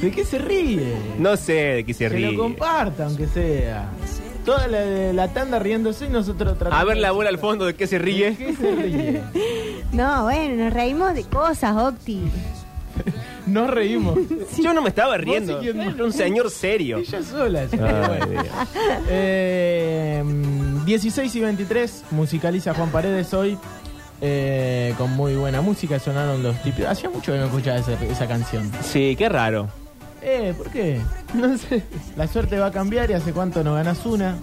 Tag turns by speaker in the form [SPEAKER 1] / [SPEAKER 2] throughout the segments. [SPEAKER 1] ¿De qué se ríe?
[SPEAKER 2] No sé de qué se
[SPEAKER 1] que
[SPEAKER 2] ríe.
[SPEAKER 1] lo comparta, aunque sea. Toda la, la tanda riéndose y nosotros tratando.
[SPEAKER 2] A ver la bola al fondo de qué se
[SPEAKER 1] ¿De
[SPEAKER 2] ríe.
[SPEAKER 1] qué se ríe?
[SPEAKER 3] No, bueno, nos reímos de cosas, Octi.
[SPEAKER 1] Nos reímos.
[SPEAKER 2] Yo no me estaba
[SPEAKER 1] y
[SPEAKER 2] riendo.
[SPEAKER 1] quién más.
[SPEAKER 2] Era un señor serio.
[SPEAKER 1] Ella sola. ella.
[SPEAKER 2] Ay,
[SPEAKER 1] Bueno.
[SPEAKER 2] Dios.
[SPEAKER 1] Eh, mm, 16 y 23 musicaliza Juan Paredes hoy. eh, con muy buena música sonaron los tipos. Hacía mucho que no escuchaba esa, esa canción.
[SPEAKER 2] Sí, qué raro.
[SPEAKER 1] Eh, ¿por qué?
[SPEAKER 2] No sé.
[SPEAKER 1] La suerte va a cambiar y hace cuánto no ganas una.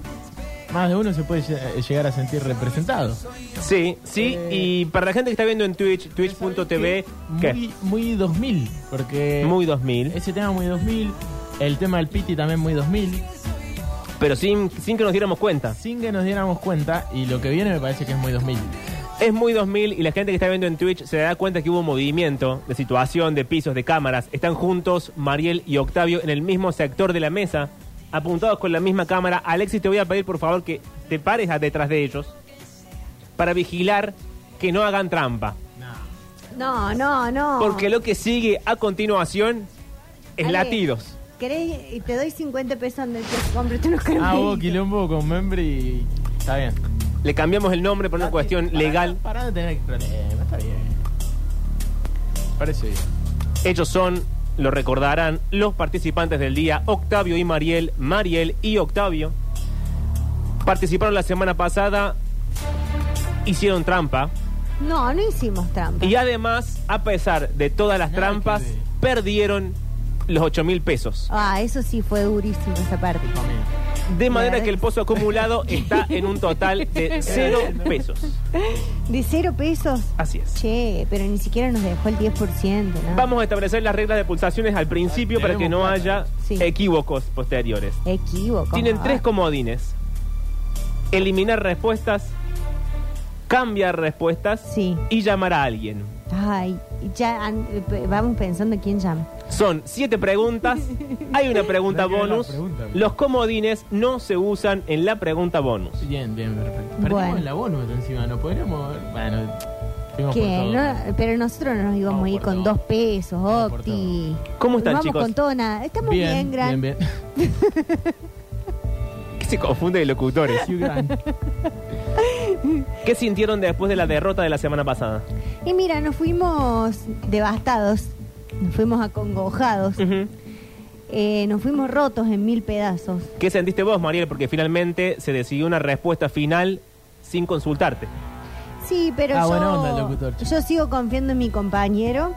[SPEAKER 1] Más de uno se puede lle- llegar a sentir representado.
[SPEAKER 2] Sí, sí.
[SPEAKER 1] Eh,
[SPEAKER 2] Y para la gente que está viendo en Twitch, twitch.tv, ¿qué?
[SPEAKER 1] Muy, muy 2000, porque
[SPEAKER 2] Muy 2000.
[SPEAKER 1] ese tema muy 2000, el tema del Piti también muy 2000,
[SPEAKER 2] Pero sin, sin que nos diéramos cuenta.
[SPEAKER 1] sin que nos diéramos cuenta, y lo que viene me parece que es muy 2000.
[SPEAKER 2] Es muy 2000 y la gente que está viendo en Twitch se da cuenta que hubo movimiento de situación, de pisos, de cámaras. Están juntos Mariel y Octavio en el mismo sector de la mesa, apuntados con la misma cámara. Alexis, te voy a pedir por favor que te pares a- detrás de ellos para vigilar que no hagan trampa.
[SPEAKER 3] No, no, no.
[SPEAKER 2] Porque lo que sigue a continuación es
[SPEAKER 3] Ah. Ale,
[SPEAKER 2] latidos.
[SPEAKER 3] ¿Querés? Y te doy 50 pesos donde te compres
[SPEAKER 1] Ah,
[SPEAKER 3] unos
[SPEAKER 1] vos
[SPEAKER 3] caramelitos.
[SPEAKER 1] quilombo con Membre y está bien.
[SPEAKER 2] Le cambiamos el nombre por una cuestión legal.
[SPEAKER 1] Para de tener problemas, está bien. Parece bien.
[SPEAKER 2] Ellos son, lo recordarán, los participantes del día, Octavio y Mariel, Mariel y Octavio. Participaron la semana pasada, hicieron trampa
[SPEAKER 3] No, no hicimos trampa.
[SPEAKER 2] y además, a pesar de todas las
[SPEAKER 1] Nada
[SPEAKER 2] trampas,
[SPEAKER 1] que ver.
[SPEAKER 2] perdieron los 8 mil pesos.
[SPEAKER 3] Ah, eso sí fue durísimo esa parte.
[SPEAKER 1] Conmigo.
[SPEAKER 2] De
[SPEAKER 3] La
[SPEAKER 2] manera
[SPEAKER 3] verdad
[SPEAKER 2] que el
[SPEAKER 3] que-
[SPEAKER 2] pozo acumulado está en un total de 0 pesos.
[SPEAKER 3] ¿De cero pesos?
[SPEAKER 2] Así es.
[SPEAKER 3] Che, pero ni siquiera nos dejó el 10%, ¿no?
[SPEAKER 2] Vamos a establecer las reglas de pulsaciones al principio para que no
[SPEAKER 1] Ah, Tenemos
[SPEAKER 2] haya
[SPEAKER 3] Sí.
[SPEAKER 2] equívocos posteriores.
[SPEAKER 3] Equívoco.
[SPEAKER 2] Tienen
[SPEAKER 3] ah.
[SPEAKER 2] tres comodines. Eliminar respuestas, cambiar respuestas
[SPEAKER 3] Sí.
[SPEAKER 2] y llamar a alguien.
[SPEAKER 3] Ay, ya an- pe- vamos pensando quién llama.
[SPEAKER 2] Son siete preguntas. Hay una
[SPEAKER 1] No
[SPEAKER 2] pregunta
[SPEAKER 1] hay que ver la
[SPEAKER 2] bonus.
[SPEAKER 1] pregunta.
[SPEAKER 2] Los comodines no se usan en la pregunta bonus.
[SPEAKER 1] Bien, bien, perfecto.
[SPEAKER 3] Bueno.
[SPEAKER 1] Perdimos el abono encima, no podríamos. Bueno, fuimos por
[SPEAKER 3] ¿Qué?
[SPEAKER 1] todo.
[SPEAKER 3] No, pero nosotros no nos íbamos
[SPEAKER 1] Vamos
[SPEAKER 3] a ir
[SPEAKER 1] por
[SPEAKER 3] con
[SPEAKER 1] todo.
[SPEAKER 3] dos pesos,
[SPEAKER 1] Vamos por
[SPEAKER 3] Octi.
[SPEAKER 2] ¿Cómo están,
[SPEAKER 3] Vamos
[SPEAKER 2] chicos?
[SPEAKER 3] con todo nada. Estamos bien,
[SPEAKER 1] Bien,
[SPEAKER 3] gran.
[SPEAKER 1] bien, bien.
[SPEAKER 2] Que se confunde de locutores.
[SPEAKER 1] Hugh Grant.
[SPEAKER 2] ¿Qué sintieron después de la derrota de la semana pasada?
[SPEAKER 3] Y mira, nos fuimos devastados, nos fuimos acongojados,
[SPEAKER 1] Mm.
[SPEAKER 2] Ujú.
[SPEAKER 3] eh, nos fuimos rotos en mil pedazos.
[SPEAKER 2] ¿Qué sentiste vos, Mariel? Porque finalmente se decidió una respuesta final sin consultarte.
[SPEAKER 3] Sí, pero
[SPEAKER 1] Ah,
[SPEAKER 3] yo,
[SPEAKER 1] buena onda el locutor, che.
[SPEAKER 3] yo sigo confiando en mi compañero.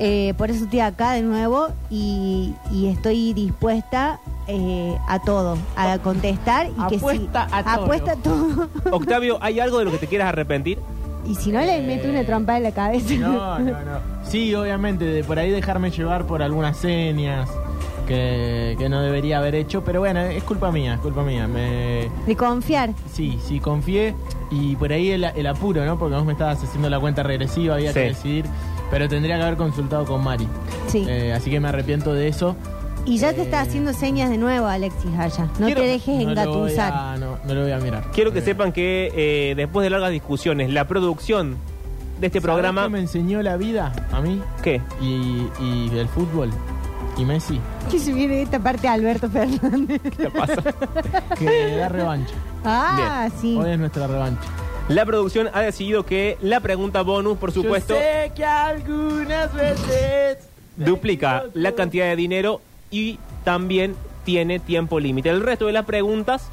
[SPEAKER 3] eh, por eso estoy acá de nuevo y, y estoy dispuesta eh, a todo, a contestar y que sí.
[SPEAKER 1] Apuesta a todo.
[SPEAKER 3] Apuesta a todo.
[SPEAKER 2] Octavio, ¿hay algo de lo que te quieras arrepentir?
[SPEAKER 3] Y si no, le meto una trompa en la cabeza.
[SPEAKER 1] Eh. No, no, no. Sí, obviamente, de por ahí dejarme llevar por algunas señas que, que no debería haber hecho, pero bueno, es culpa mía, es culpa mía. Me,
[SPEAKER 3] De confiar.
[SPEAKER 1] sí, sí, confié y por ahí el, el apuro, ¿no? Porque vos me estabas haciendo la cuenta regresiva, había que
[SPEAKER 2] Sí.
[SPEAKER 1] decidir, pero tendría que haber consultado con Mari.
[SPEAKER 3] Sí.
[SPEAKER 1] Eh, así que me arrepiento de eso.
[SPEAKER 3] y ya te
[SPEAKER 1] eh,
[SPEAKER 3] está haciendo señas de nuevo, Alexis, allá. No
[SPEAKER 2] Quiero-
[SPEAKER 3] te
[SPEAKER 1] no,
[SPEAKER 3] dejes
[SPEAKER 1] lo voy
[SPEAKER 3] engatusar.
[SPEAKER 1] a, no, no lo voy a mirar.
[SPEAKER 2] Quiero que
[SPEAKER 1] sepa
[SPEAKER 2] sepan que eh, después de largas discusiones, la producción de este
[SPEAKER 1] ¿Sabés
[SPEAKER 2] programa.
[SPEAKER 1] qué me enseñó la vida a mí
[SPEAKER 2] ¿Qué?
[SPEAKER 1] y, y el fútbol y Messi
[SPEAKER 3] Que se viene de esta parte Alberto Fernández.
[SPEAKER 2] ¿Qué pasa?
[SPEAKER 1] que da revancha
[SPEAKER 3] Ah, sí.
[SPEAKER 1] hoy es nuestra revancha
[SPEAKER 2] la producción ha decidido que la pregunta bonus, por supuesto,
[SPEAKER 1] Yo sé que algunas veces
[SPEAKER 2] duplica la cantidad de dinero y también tiene tiempo límite. El resto de las preguntas,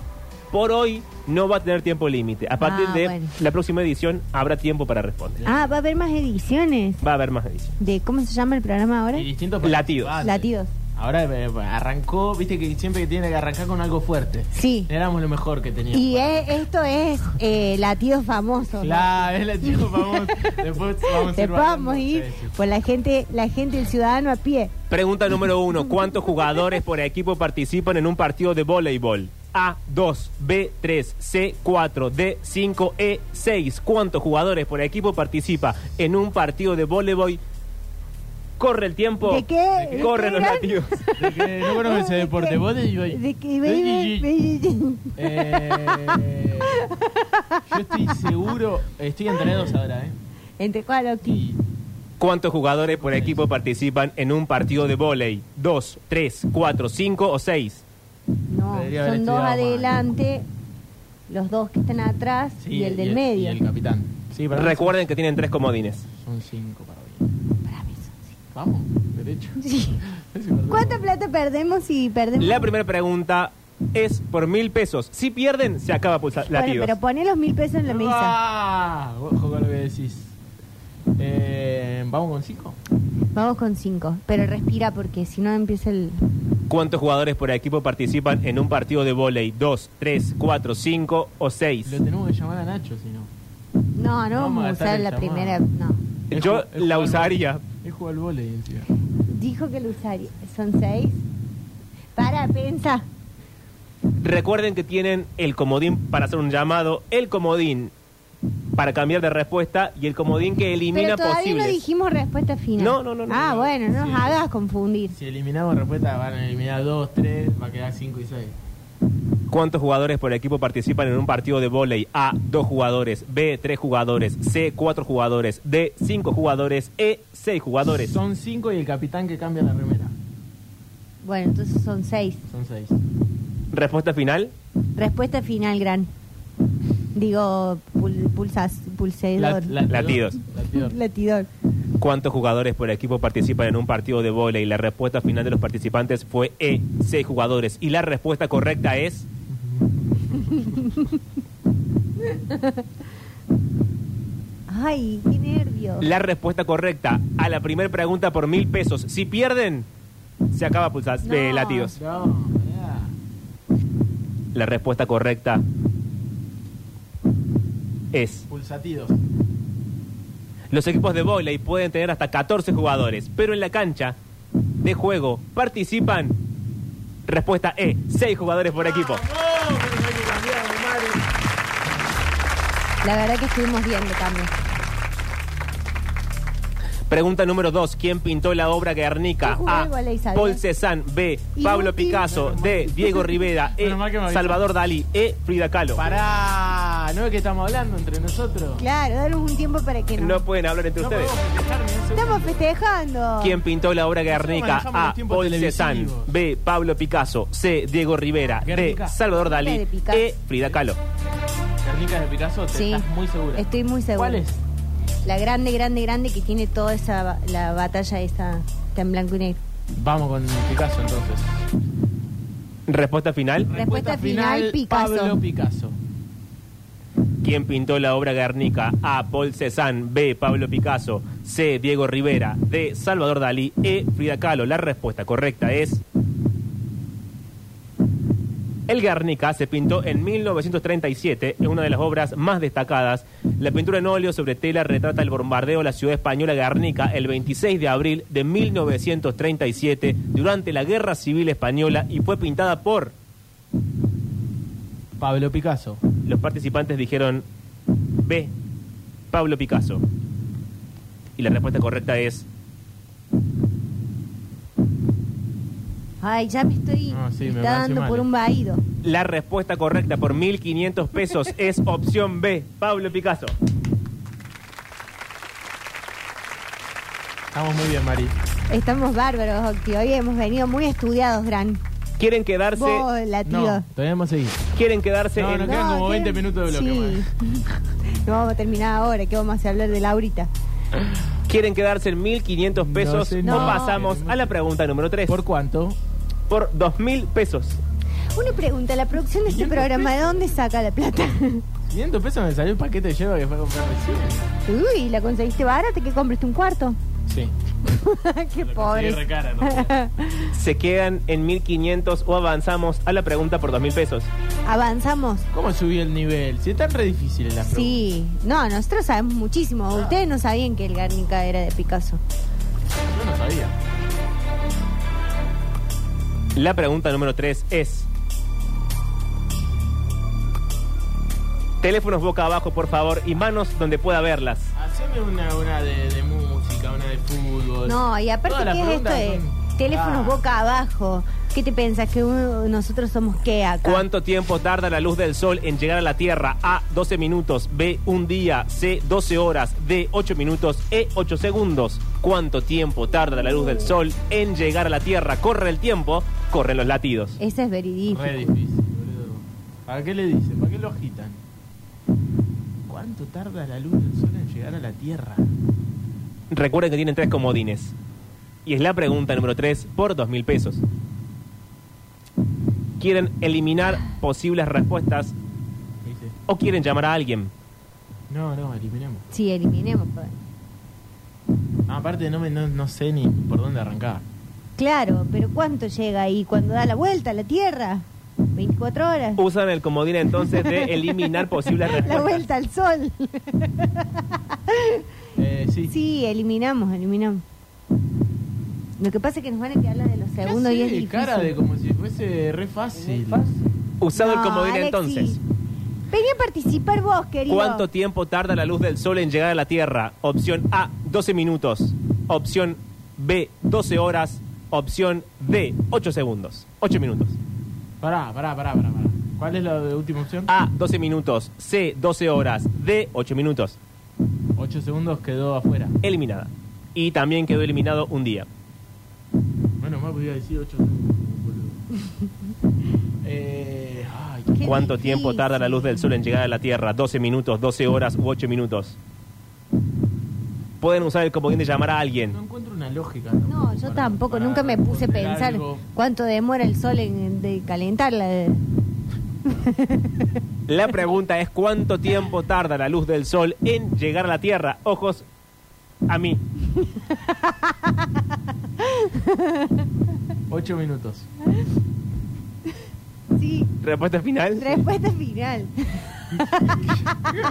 [SPEAKER 2] por hoy, no va a tener tiempo límite. A partir
[SPEAKER 3] Ah,
[SPEAKER 2] de
[SPEAKER 3] bueno.
[SPEAKER 2] la próxima edición habrá tiempo para responder.
[SPEAKER 3] Ah, va a haber más ediciones.
[SPEAKER 2] Va a haber más edición.
[SPEAKER 3] de ¿Cómo se llama el programa ahora?
[SPEAKER 1] y distintos
[SPEAKER 2] Latidos.
[SPEAKER 1] participantes.
[SPEAKER 3] Latidos.
[SPEAKER 1] ahora eh, arrancó viste que siempre que tiene que arrancar con algo fuerte
[SPEAKER 3] Sí.
[SPEAKER 1] éramos lo mejor que teníamos
[SPEAKER 3] Y es- esto es eh, latidos famosos. ¿no?
[SPEAKER 1] Claro, es latido famoso. Después vamos a
[SPEAKER 3] Te
[SPEAKER 1] ir variando.
[SPEAKER 3] podamos ir
[SPEAKER 1] Sí, sí.
[SPEAKER 3] por la gente, la gente, el ciudadano a pie.
[SPEAKER 2] Pregunta número uno. ¿Cuántos jugadores por equipo participan en un partido de voleibol? A, 2, B, 3, C, 4, D, 5, E, 6. ¿Cuántos jugadores por equipo participa en un partido de voleibol? Corre el tiempo.
[SPEAKER 3] ¿De qué? ¿De qué?
[SPEAKER 2] Corre
[SPEAKER 3] ¿De
[SPEAKER 2] los
[SPEAKER 3] qué?
[SPEAKER 2] latidos.
[SPEAKER 1] De que no conozco ese deporte. Vos de-
[SPEAKER 3] De que-
[SPEAKER 1] de-
[SPEAKER 3] de-
[SPEAKER 1] Eh, yo estoy seguro, estoy entre dos ahora, ¿eh?
[SPEAKER 3] ¿Entre cuál, Octi?
[SPEAKER 1] Y
[SPEAKER 2] ¿Cuántos jugadores por equipo participan en un partido de vóley? ¿Dos, tres, cuatro, cinco o seis?
[SPEAKER 3] No,
[SPEAKER 1] Debería haber
[SPEAKER 3] son dos
[SPEAKER 1] estudiado más.
[SPEAKER 3] adelante, los dos que están atrás
[SPEAKER 1] Sí,
[SPEAKER 3] y el del medio.
[SPEAKER 1] Y el capitán. Sí, para mí
[SPEAKER 2] Recuerden que tienen tres comodines.
[SPEAKER 1] Son cinco para mí.
[SPEAKER 3] Para mí son
[SPEAKER 1] Vamos, derecho.
[SPEAKER 3] cinco. Sí. ¿Cuánta plata perdemos si perdemos?
[SPEAKER 2] La primera pregunta es por mil pesos. Si pierden, se acaba pulsar
[SPEAKER 3] Bueno,
[SPEAKER 2] latidos.
[SPEAKER 3] pero poné los mil pesos en la mesa.
[SPEAKER 1] Ah, ojo con lo que decís. Eh, ¿Vamos con cinco?
[SPEAKER 3] Vamos con cinco. Pero respira porque si no empieza el.
[SPEAKER 2] ¿Cuántos jugadores por equipo participan en un partido de vóley? ¿Dos, tres, cuatro, cinco o seis?
[SPEAKER 1] Lo tenemos que llamar a Nacho, si no.
[SPEAKER 3] No, no
[SPEAKER 1] Vamos
[SPEAKER 3] vamos
[SPEAKER 1] a
[SPEAKER 3] a
[SPEAKER 1] gastar
[SPEAKER 3] usar
[SPEAKER 1] el
[SPEAKER 3] la
[SPEAKER 1] llamado.
[SPEAKER 3] primera. No.
[SPEAKER 1] Él
[SPEAKER 2] Yo
[SPEAKER 1] jugó- él
[SPEAKER 2] la
[SPEAKER 1] jugó al
[SPEAKER 2] usaría.
[SPEAKER 1] vóley. Él juega al volei encima.
[SPEAKER 3] Dijo que lo usaría. Son seis. Para, pensa.
[SPEAKER 2] Recuerden que tienen el comodín para hacer un llamado, el comodín para cambiar de respuesta y el comodín que elimina
[SPEAKER 3] Pero todavía
[SPEAKER 2] posibles.
[SPEAKER 3] no dijimos respuesta final.
[SPEAKER 2] No, no, no, no,
[SPEAKER 3] Ah,
[SPEAKER 2] no.
[SPEAKER 3] bueno, no nos
[SPEAKER 1] Sí.
[SPEAKER 3] hagas confundir.
[SPEAKER 1] Si eliminamos respuesta, van a eliminar dos, tres, va a quedar cinco y seis.
[SPEAKER 2] ¿Cuántos jugadores por equipo participan en un partido de vóley? A, dos jugadores, B, tres jugadores, C, cuatro jugadores, D, cinco jugadores, E, seis jugadores.
[SPEAKER 1] Son cinco y el capitán que cambia la remera.
[SPEAKER 3] Bueno, entonces son seis.
[SPEAKER 1] Son seis.
[SPEAKER 2] Respuesta final.
[SPEAKER 3] Respuesta final, gran. Digo, pul- pulsas, pulsador.
[SPEAKER 1] La- la-
[SPEAKER 2] Latidos.
[SPEAKER 1] Latidos.
[SPEAKER 3] Latidor.
[SPEAKER 2] ¿Cuántos jugadores por equipo participan en un partido de vóley? La respuesta final de los participantes fue E, seis jugadores. Y la respuesta correcta es...
[SPEAKER 3] Ay, qué nervios.
[SPEAKER 2] La respuesta correcta a la primera pregunta por mil pesos. Si pierden, se acaba pulsar de
[SPEAKER 3] No.
[SPEAKER 2] latidos.
[SPEAKER 1] No, pará.
[SPEAKER 2] La respuesta correcta es.
[SPEAKER 1] Pulsatidos.
[SPEAKER 2] Los equipos de volei pueden tener hasta 14 jugadores, pero en la cancha de juego participan. Respuesta E, 6 jugadores por equipo.
[SPEAKER 3] La verdad que estuvimos viendo también.
[SPEAKER 2] Pregunta número 2. ¿Quién pintó la obra Guernica?
[SPEAKER 3] Yo jugué
[SPEAKER 2] A.
[SPEAKER 3] al vóley, ¿sabías?
[SPEAKER 2] Paul Cézanne. B.
[SPEAKER 3] Y
[SPEAKER 2] Pablo
[SPEAKER 3] último.
[SPEAKER 2] Picasso. D. Diego Rivera. E.
[SPEAKER 1] Menos mal que me avisaste.
[SPEAKER 2] Salvador Dalí. E. Frida Kahlo.
[SPEAKER 1] Pará, no es que estamos hablando entre nosotros.
[SPEAKER 3] Claro, danos un tiempo para que
[SPEAKER 2] No
[SPEAKER 3] no.
[SPEAKER 2] pueden hablar entre
[SPEAKER 1] No
[SPEAKER 2] ustedes.
[SPEAKER 1] podemos festejar ni un segundo.
[SPEAKER 3] Estamos festejando.
[SPEAKER 2] ¿Quién pintó la obra Guernica?
[SPEAKER 1] manejamos
[SPEAKER 2] A.
[SPEAKER 1] los tiempos
[SPEAKER 2] Paul Cézanne.
[SPEAKER 1] televisivos.
[SPEAKER 2] B. Pablo Picasso. C. Diego Rivera. D.
[SPEAKER 1] Guernica.
[SPEAKER 2] Salvador
[SPEAKER 3] Siempre
[SPEAKER 2] Dalí.
[SPEAKER 3] de Picasso.
[SPEAKER 2] E. Frida Kahlo.
[SPEAKER 1] Guernica de Picasso, te
[SPEAKER 3] Sí.
[SPEAKER 1] estás muy segura.
[SPEAKER 3] Estoy muy segura.
[SPEAKER 1] ¿Cuál es?
[SPEAKER 3] La grande, grande, grande que tiene toda esa ba- la batalla esa tan blanco y negro.
[SPEAKER 1] Vamos con Picasso entonces.
[SPEAKER 2] Respuesta final.
[SPEAKER 3] Respuesta final, Picasso.
[SPEAKER 1] Pablo Picasso.
[SPEAKER 2] ¿Quién pintó la obra Guernica? A. Paul Cézanne. B. Pablo Picasso. C. Diego Rivera. D. Salvador Dalí. E. Frida Kahlo. La respuesta correcta es... El Guernica se pintó en 1937, en una de las obras más destacadas. La pintura en óleo sobre tela retrata el bombardeo a la ciudad española Guernica el 26 de abril de 1937 durante la Guerra Civil Española y fue pintada por...
[SPEAKER 1] Pablo Picasso.
[SPEAKER 2] Los participantes dijeron B, Pablo Picasso. Y la respuesta correcta es
[SPEAKER 3] Ay, ya me estoy.
[SPEAKER 1] No, sí,
[SPEAKER 3] me
[SPEAKER 1] me parece
[SPEAKER 3] está dando
[SPEAKER 1] mal. eh.
[SPEAKER 3] por un vaído.
[SPEAKER 2] la respuesta correcta por 1500 pesos es opción B, Pablo Picasso.
[SPEAKER 1] Estamos muy bien, Mari.
[SPEAKER 3] Estamos bárbaros, Octi. Hoy hemos venido muy estudiados, gran.
[SPEAKER 2] Quieren quedarse,
[SPEAKER 3] Vos, latido.
[SPEAKER 1] No, todavía hemos seguido.
[SPEAKER 2] quieren quedarse
[SPEAKER 1] No,
[SPEAKER 2] en-
[SPEAKER 1] no, quedan como 20 minutos de bloque,
[SPEAKER 3] Sí. no vamos a terminar ahora, que vamos a hablar de Laurita.
[SPEAKER 2] quieren quedarse en 1500 pesos
[SPEAKER 1] No, sí,
[SPEAKER 2] o
[SPEAKER 3] no.
[SPEAKER 2] pasamos a la pregunta número 3
[SPEAKER 1] ¿Por
[SPEAKER 2] por,
[SPEAKER 1] cuánto?
[SPEAKER 2] 2000 pesos.
[SPEAKER 3] Una pregunta, la producción de este
[SPEAKER 1] 500
[SPEAKER 3] programa, ¿de dónde saca la plata?
[SPEAKER 1] 500 pesos me salió el paquete de lleva que fue a comprar recién.
[SPEAKER 3] Uy, ¿la conseguiste barata? ¿Que compraste un cuarto?
[SPEAKER 1] Sí.
[SPEAKER 3] Qué
[SPEAKER 1] Lo
[SPEAKER 3] pobre.
[SPEAKER 1] conseguí re cara, ¿no?
[SPEAKER 2] Se quedan en 1500 o avanzamos a la pregunta por 2000 pesos.
[SPEAKER 3] Avanzamos.
[SPEAKER 1] ¿Cómo subí el nivel? Si están re difíciles las preguntas.
[SPEAKER 3] Sí, no, nosotros sabemos muchísimo. Ustedes no sabían que el Guernica era de Picasso.
[SPEAKER 1] Yo no sabía.
[SPEAKER 2] La pregunta número 3 es... Teléfonos boca abajo, por favor, y manos donde pueda verlas.
[SPEAKER 1] Haceme una, una de, de música, una de fútbol.
[SPEAKER 3] No, y aparte,
[SPEAKER 1] Pues, Todas las
[SPEAKER 3] ¿qué es esto
[SPEAKER 1] preguntas
[SPEAKER 3] de
[SPEAKER 1] son-
[SPEAKER 3] teléfonos
[SPEAKER 1] Ah.
[SPEAKER 3] boca abajo? ¿Qué te pensás? ¿Que uno- nosotros somos qué acá?
[SPEAKER 2] ¿Cuánto tiempo tarda la luz del sol en llegar a la Tierra? A, 12 minutos. B, un día. C, 12 horas. D, 8 minutos. E, 8 segundos. ¿Cuánto tiempo tarda la luz del sol en llegar a la Tierra? Corre el tiempo, corren los latidos.
[SPEAKER 3] Esa es veridífica.
[SPEAKER 1] Re difícil, boludo. ¿Para qué le dicen? ¿Para qué lo agitan? ¿Cuánto tarda la luz del sol en llegar a la Tierra?
[SPEAKER 2] Recuerden que tienen tres comodines. Y es la pregunta número 3 por 2 mil pesos. ¿Quieren eliminar posibles respuestas
[SPEAKER 1] ¿Qué dice?
[SPEAKER 2] o quieren llamar a alguien?
[SPEAKER 1] No, no, eliminemos.
[SPEAKER 3] Sí, eliminemos. pues. pa-
[SPEAKER 1] Ah, aparte no, me, no, no sé ni por dónde arrancar.
[SPEAKER 3] Claro, pero ¿cuánto llega ahí cuando da la vuelta a la Tierra? 24 horas.
[SPEAKER 1] Uh,
[SPEAKER 2] Usan el comodín entonces de eliminar posibles
[SPEAKER 3] La
[SPEAKER 2] respuestas.
[SPEAKER 3] vuelta al sol.
[SPEAKER 1] Eh, sí.
[SPEAKER 3] Sí, eliminamos, eliminamos. Lo que pasa es que nos van a quedar la de los
[SPEAKER 1] ¿Qué
[SPEAKER 3] segundos y
[SPEAKER 1] hace?
[SPEAKER 3] es difícil.
[SPEAKER 1] cara de como si fuese re fácil.
[SPEAKER 2] Usado
[SPEAKER 3] No,
[SPEAKER 2] el comodín
[SPEAKER 3] Alexis.
[SPEAKER 2] entonces.
[SPEAKER 3] Vení a participar vos, querido.
[SPEAKER 2] ¿Cuánto tiempo tarda la luz del sol en llegar a la Tierra? Opción A, 12 minutos. Opción B, 12 horas. Opción D, 8 segundos. 8 minutos.
[SPEAKER 1] Pará, pará, pará, pará, pará. ¿Cuál es la de última opción?
[SPEAKER 3] Ah.
[SPEAKER 2] A, 12 minutos. C, 12 horas. D, 8 minutos.
[SPEAKER 1] 8 segundos quedó afuera.
[SPEAKER 2] Eliminada. Y también quedó eliminado un día.
[SPEAKER 1] Bueno, más podía decir 8 segundos. boludo. eh, ay, qué-
[SPEAKER 3] Qué
[SPEAKER 2] ¿Cuánto
[SPEAKER 3] difícil.
[SPEAKER 2] tiempo tarda la luz del sol en llegar a la Tierra? 12 minutos, 12 horas u 8 minutos. Pueden usar el comodín de llamar a alguien.
[SPEAKER 1] no encuentro una lógica.
[SPEAKER 3] No, yo
[SPEAKER 1] para-
[SPEAKER 3] tampoco,
[SPEAKER 1] para
[SPEAKER 3] nunca me puse a
[SPEAKER 1] responder
[SPEAKER 3] pensar
[SPEAKER 1] algo.
[SPEAKER 3] cuánto demora el sol en de calentar la...
[SPEAKER 2] La pregunta es cuánto tiempo tarda la luz del sol en llegar a la Tierra. Ojos a mí.
[SPEAKER 1] 8 minutos.
[SPEAKER 3] Sí,
[SPEAKER 2] Respuesta final.
[SPEAKER 3] respuesta final.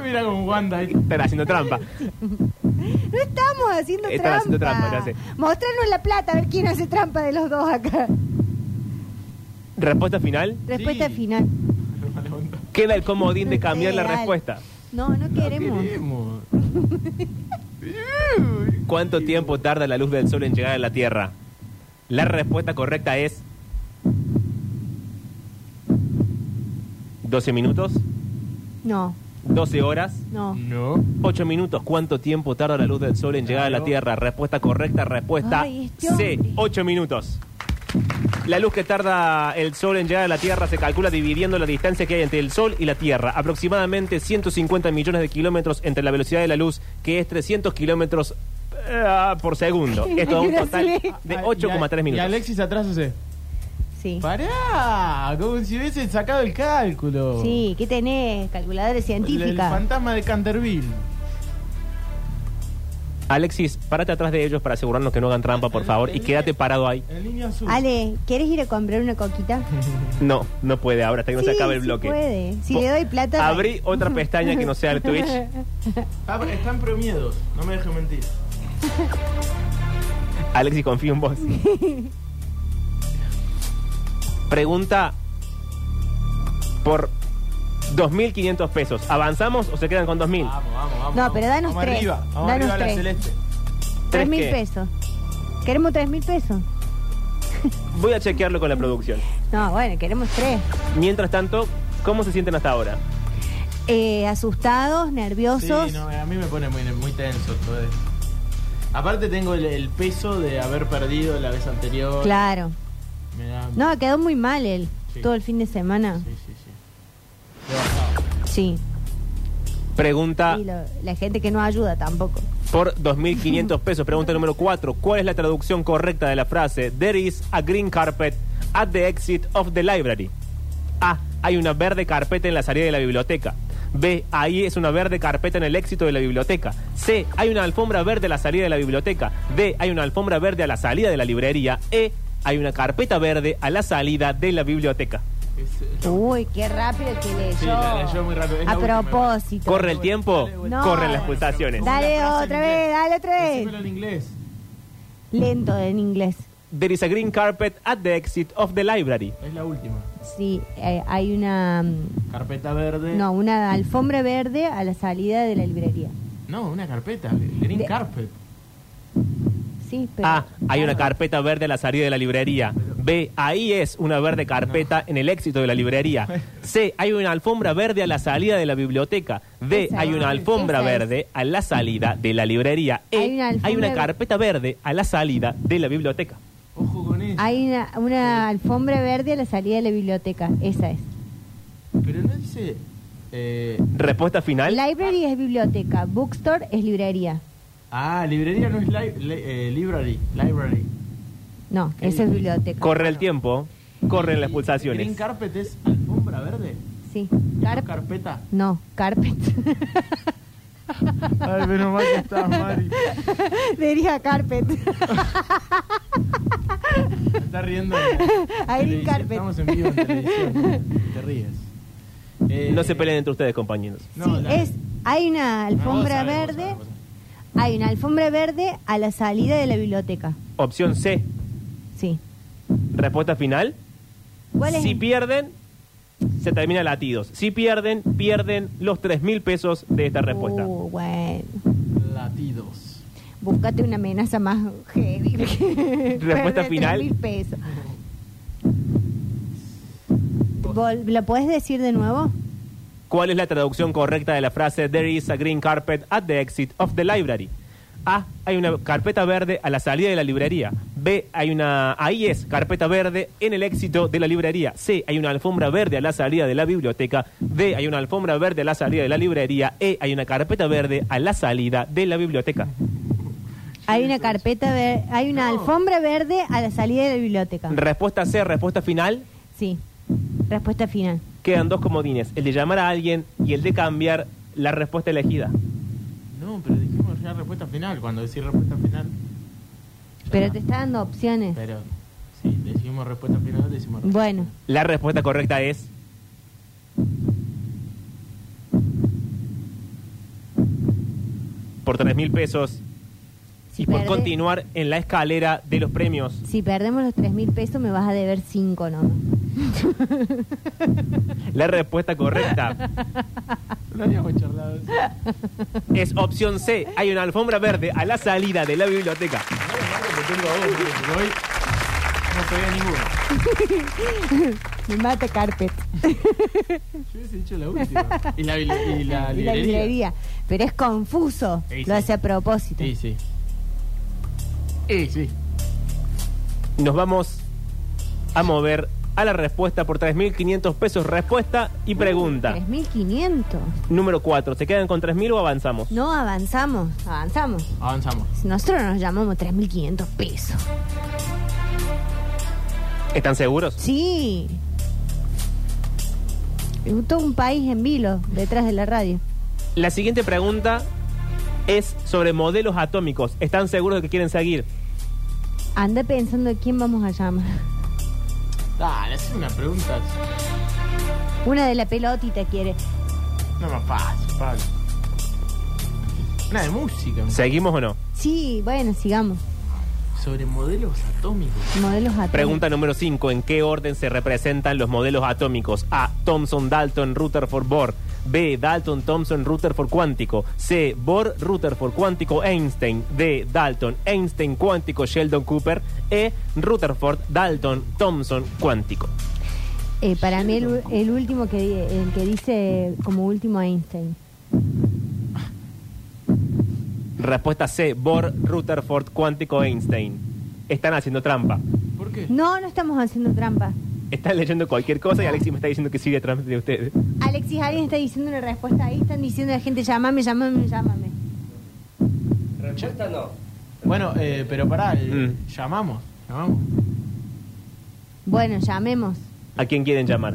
[SPEAKER 1] Mira con Wanda ahí.
[SPEAKER 2] Están haciendo trampa.
[SPEAKER 3] No estamos haciendo
[SPEAKER 2] Están
[SPEAKER 3] trampa.
[SPEAKER 2] haciendo trampa, ya sé.
[SPEAKER 3] Mostrarnos la plata, a ver quién hace trampa de los dos acá.
[SPEAKER 2] Respuesta final.
[SPEAKER 3] Respuesta
[SPEAKER 1] Sí.
[SPEAKER 3] final.
[SPEAKER 2] Queda el comodín de cambiar la
[SPEAKER 3] No sé,
[SPEAKER 2] respuesta.
[SPEAKER 3] No, no queremos.
[SPEAKER 1] Queremos.
[SPEAKER 2] ¿Cuánto tiempo tarda la luz del sol en llegar a la Tierra? La respuesta correcta es 12 minutos,
[SPEAKER 3] No,
[SPEAKER 2] 12 horas,
[SPEAKER 3] no.
[SPEAKER 1] No.
[SPEAKER 2] 8 minutos. ¿Cuánto tiempo tarda la luz del sol en llegar a la
[SPEAKER 1] Claro.
[SPEAKER 2] Tierra? Respuesta correcta, respuesta
[SPEAKER 3] Ay, este
[SPEAKER 2] C,
[SPEAKER 3] hombre.
[SPEAKER 2] 8 minutos. La luz que tarda el sol en llegar a la Tierra se calcula dividiendo la distancia que hay entre el sol y la Tierra, aproximadamente 150 millones de kilómetros entre la velocidad de la luz, que es 300 kilómetros eh, por segundo. Esto da un total de
[SPEAKER 1] Ah, y a-
[SPEAKER 2] 8,3
[SPEAKER 1] Y
[SPEAKER 2] minutos.
[SPEAKER 1] Alexis atrás hace.
[SPEAKER 3] Sí.
[SPEAKER 1] ¡Pará! Como si hubiesen sacado el cálculo.
[SPEAKER 3] Sí, ¿qué tenés? Calculadores
[SPEAKER 1] El- El
[SPEAKER 3] científica.
[SPEAKER 1] fantasma de Canterville.
[SPEAKER 2] Alexis, párate atrás de ellos para asegurarnos que no hagan trampa, por favor, y quédate parado ahí.
[SPEAKER 1] El niño azul.
[SPEAKER 3] Ale, ¿quieres ir a comprar una coquita?
[SPEAKER 2] No, no puede ahora, hasta que no se
[SPEAKER 3] Sí,
[SPEAKER 2] acabe el
[SPEAKER 3] sí
[SPEAKER 2] bloque.
[SPEAKER 3] puede. Si
[SPEAKER 2] Po-
[SPEAKER 3] le doy plata-
[SPEAKER 2] Abrí otra pestaña que no sea el Twitch.
[SPEAKER 1] Ah, pero están promiedos, no me dejes mentir.
[SPEAKER 2] Alexis, confío en vos. Pregunta por 2.500 pesos. ¿Avanzamos o se quedan con 2.000?
[SPEAKER 1] Vamos, vamos, vamos.
[SPEAKER 3] No, pero danos
[SPEAKER 1] vamos
[SPEAKER 3] tres.
[SPEAKER 1] Arriba, vamos
[SPEAKER 3] Danos
[SPEAKER 1] arriba a la
[SPEAKER 3] tres.
[SPEAKER 1] celeste.
[SPEAKER 3] Tres mil
[SPEAKER 2] qué?
[SPEAKER 3] pesos. ¿Queremos tres mil pesos?
[SPEAKER 2] Voy a chequearlo con la producción.
[SPEAKER 3] No, bueno, queremos tres.
[SPEAKER 2] Mientras tanto, ¿cómo se sienten hasta ahora?
[SPEAKER 3] Eh, asustados, nerviosos.
[SPEAKER 1] Sí, no, a mí me pone muy, muy tenso todo esto. Aparte tengo el, el peso de haber perdido la vez anterior.
[SPEAKER 3] Claro.
[SPEAKER 1] Me da-
[SPEAKER 3] No, quedó muy mal él.
[SPEAKER 1] Sí.
[SPEAKER 3] Todo el fin de semana.
[SPEAKER 1] Sí, sí, sí. Devastado.
[SPEAKER 3] Sí.
[SPEAKER 1] Ah.
[SPEAKER 2] Pregunta
[SPEAKER 3] Y lo- la gente que no ayuda tampoco.
[SPEAKER 2] por 2.500 pesos. Pregunta número 4. ¿Cuál es la traducción correcta de la frase There is a green carpet at the exit of the library? A. Hay una verde carpeta en la salida de la biblioteca. B. Ahí es una verde carpeta en el éxito de la biblioteca. C. Hay una alfombra verde a la salida de la biblioteca. D. Hay una alfombra verde a la salida de la librería. E. Hay una carpeta verde a la salida de la biblioteca.
[SPEAKER 1] ah, Es-
[SPEAKER 3] Uy, qué rápido que leyó.
[SPEAKER 1] Sí, la leyó muy rápido. Es la
[SPEAKER 3] A
[SPEAKER 1] última,
[SPEAKER 3] propósito.
[SPEAKER 2] Corre el tiempo,
[SPEAKER 3] No.
[SPEAKER 2] corren las pulsaciones.
[SPEAKER 3] Dale
[SPEAKER 1] Una frase
[SPEAKER 3] otra
[SPEAKER 1] en
[SPEAKER 3] vez,
[SPEAKER 1] inglés.
[SPEAKER 3] dale otra vez.
[SPEAKER 1] Decímelo en inglés.
[SPEAKER 3] Lento en inglés.
[SPEAKER 2] There is a green carpet at the exit of the library.
[SPEAKER 1] Es la última.
[SPEAKER 3] Sí, eh, hay una. mm,
[SPEAKER 1] Carpeta verde.
[SPEAKER 3] No, una alfombra verde a la salida de la librería.
[SPEAKER 1] No, una carpeta. Green
[SPEAKER 3] De-
[SPEAKER 1] carpet.
[SPEAKER 3] Sí, pero.
[SPEAKER 2] Ah,
[SPEAKER 1] Ah,
[SPEAKER 2] A. Hay una carpeta verde a la salida de la librería. B. Ahí es una verde carpeta en el éxito de la librería. C. Hay una alfombra verde a la salida de la biblioteca. D.
[SPEAKER 3] Esa
[SPEAKER 2] hay
[SPEAKER 3] es.
[SPEAKER 2] una alfombra
[SPEAKER 3] Esa es.
[SPEAKER 2] verde a la salida de la librería. E.
[SPEAKER 3] Hay una alfombra ver-
[SPEAKER 2] carpeta verde a la salida de la biblioteca.
[SPEAKER 1] Ojo con eso.
[SPEAKER 3] Hay una, una alfombra verde a la salida de la biblioteca. Esa es.
[SPEAKER 1] Pero no dice. eh,
[SPEAKER 2] Respuesta final.
[SPEAKER 3] Library es biblioteca. Bookstore es librería.
[SPEAKER 1] ah, librería no es li- li- eh, library. Library.
[SPEAKER 3] No, eso es biblioteca.
[SPEAKER 2] Corre el tiempo, corren las
[SPEAKER 1] Green
[SPEAKER 2] pulsaciones.
[SPEAKER 1] carpet es alfombra verde.
[SPEAKER 3] Sí.
[SPEAKER 1] ¿Y no
[SPEAKER 3] Carp-
[SPEAKER 1] carpeta.
[SPEAKER 3] no, carpet.
[SPEAKER 1] Ay, menos mal que estás, Mari.
[SPEAKER 3] Diría carpet.
[SPEAKER 1] Te está riendo.
[SPEAKER 3] Ay,
[SPEAKER 1] Televisión,
[SPEAKER 3] Green Carpet.
[SPEAKER 1] Estamos en vivo en televisión. Te ríes. Eh,
[SPEAKER 2] No se peleen entre ustedes, compañeros.
[SPEAKER 1] no,
[SPEAKER 3] sí,
[SPEAKER 1] la-
[SPEAKER 3] es, hay una
[SPEAKER 1] no,
[SPEAKER 3] alfombra
[SPEAKER 1] vos sabés, vos
[SPEAKER 3] verde.
[SPEAKER 1] sabés, vos sabés.
[SPEAKER 3] Hay una alfombra verde a la salida de la biblioteca.
[SPEAKER 2] Opción C.
[SPEAKER 3] Sí.
[SPEAKER 2] Respuesta final.
[SPEAKER 3] ¿Cuál es?
[SPEAKER 2] Si pierden, se termina latidos. Si pierden, pierden los 3 mil pesos de esta respuesta.
[SPEAKER 3] Uh, bueno.
[SPEAKER 1] Latidos.
[SPEAKER 3] Búscate una amenaza más heavy. Perder
[SPEAKER 2] final.
[SPEAKER 3] 3.000 pesos. Vol- ¿Lo puedes decir de nuevo?
[SPEAKER 2] ¿Cuál es la traducción correcta de la frase There is a green carpet at the exit of the library? A. Hay una carpeta verde a la salida de la librería. B. Hay una. Ahí es, carpeta verde en el éxito de la librería. C. Hay una alfombra verde a la salida de la biblioteca. D. Hay una alfombra verde a la salida de la librería. E. Hay una carpeta verde a la salida de la biblioteca.
[SPEAKER 3] Hay una carpeta ver- hay una alfombra verde a la salida de la biblioteca.
[SPEAKER 2] Respuesta C, respuesta final.
[SPEAKER 3] Sí. Respuesta final.
[SPEAKER 2] Quedan dos comodines: el de llamar a alguien y el de cambiar la respuesta elegida.
[SPEAKER 1] No, pero dijimos ya respuesta final. Cuando decís respuesta final. ya
[SPEAKER 3] Pero
[SPEAKER 1] está.
[SPEAKER 3] te está dando opciones.
[SPEAKER 1] Pero. Sí, decimos respuesta final, decimos respuesta
[SPEAKER 3] Bueno,
[SPEAKER 2] La respuesta correcta es. Por 3 mil pesos
[SPEAKER 3] si,
[SPEAKER 2] y por
[SPEAKER 3] perde-
[SPEAKER 2] continuar en la escalera de los premios.
[SPEAKER 3] si perdemos los tres mil pesos me vas a deber cinco nomás.
[SPEAKER 2] La respuesta correcta
[SPEAKER 1] final. Lo habíamos charlado. sí.
[SPEAKER 2] es opción C. Hay una alfombra verde a la salida de la biblioteca.
[SPEAKER 1] Te tengo a vos, porque por hoy no pegué a ninguno.
[SPEAKER 3] Me mata carpet.
[SPEAKER 1] Yo hubiese dicho la última. Y la, bil- y la
[SPEAKER 3] Y la
[SPEAKER 1] librería.
[SPEAKER 3] librería. Pero es confuso.
[SPEAKER 1] Sí,
[SPEAKER 3] Lo
[SPEAKER 1] sí.
[SPEAKER 3] hace a propósito.
[SPEAKER 1] Sí, sí. Sí, sí.
[SPEAKER 2] Nos vamos a mover a la respuesta por 3.500 pesos. Respuesta y pregunta.
[SPEAKER 3] 3.500.
[SPEAKER 2] Número 4. ¿Se quedan con 3.000 o avanzamos?
[SPEAKER 3] No, avanzamos. Avanzamos.
[SPEAKER 1] Avanzamos.
[SPEAKER 3] Nosotros nos llamamos 3.500 pesos.
[SPEAKER 2] ¿Están seguros?
[SPEAKER 3] Sí. Es todo un país en vilo detrás de la radio.
[SPEAKER 2] La siguiente pregunta es sobre modelos atómicos. ¿Están seguros de que quieren seguir?
[SPEAKER 3] Anda pensando a quién vamos a llamar.
[SPEAKER 1] Dale, es una pregunta.
[SPEAKER 3] Una de la pelotita quiere.
[SPEAKER 1] No más fácil, Pablo. Una de música.
[SPEAKER 2] ¿Seguimos o no?
[SPEAKER 3] Sí, bueno, sigamos.
[SPEAKER 1] Sobre modelos atómicos.
[SPEAKER 3] Modelos atómicos.
[SPEAKER 2] Pregunta número 5. ¿En qué orden se representan los modelos atómicos? A. Thomson, Dalton, Rutherford, Bohr. B. Dalton, Thomson, Rutherford cuántico. C. Bohr, Rutherford cuántico, Einstein. D. Dalton, Einstein cuántico, Sheldon Cooper. E. Rutherford, Dalton, Thomson cuántico.
[SPEAKER 3] Eh, para mí el, el último que, di- el que dice como último Einstein.
[SPEAKER 2] Respuesta C. Bohr, Rutherford cuántico, Einstein. Están haciendo trampa.
[SPEAKER 1] ¿Por qué?
[SPEAKER 3] No, no estamos haciendo trampa.
[SPEAKER 2] Están leyendo cualquier cosa y Alexis me está diciendo que sigue atrás de ustedes.
[SPEAKER 3] Alexis, alguien está diciendo una respuesta ahí. Están diciendo a la gente, llámame, llámame, llámame.
[SPEAKER 4] Respuesta no.
[SPEAKER 1] Bueno, eh, pero pará, eh,
[SPEAKER 2] Mm.
[SPEAKER 1] llamamos. Llamamos.
[SPEAKER 3] Bueno, llamemos.
[SPEAKER 2] ¿A quién quieren llamar?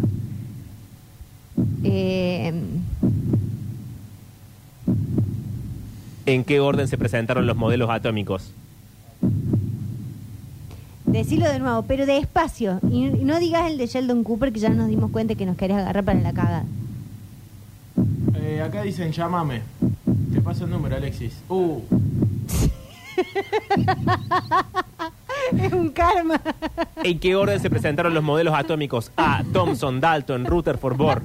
[SPEAKER 3] Eh,
[SPEAKER 2] ¿En qué orden se presentaron los modelos atómicos?
[SPEAKER 3] decilo de nuevo, pero despacio. Y y no digas el de Sheldon Cooper, que ya nos dimos cuenta que nos querés agarrar para la cagada.
[SPEAKER 1] Eh, acá dicen llámame. Te paso el número, Alexis. Uh,
[SPEAKER 3] Es un karma.
[SPEAKER 2] ¿En qué orden se presentaron los modelos atómicos? A. Thomson, Dalton, Rutherford, Bohr.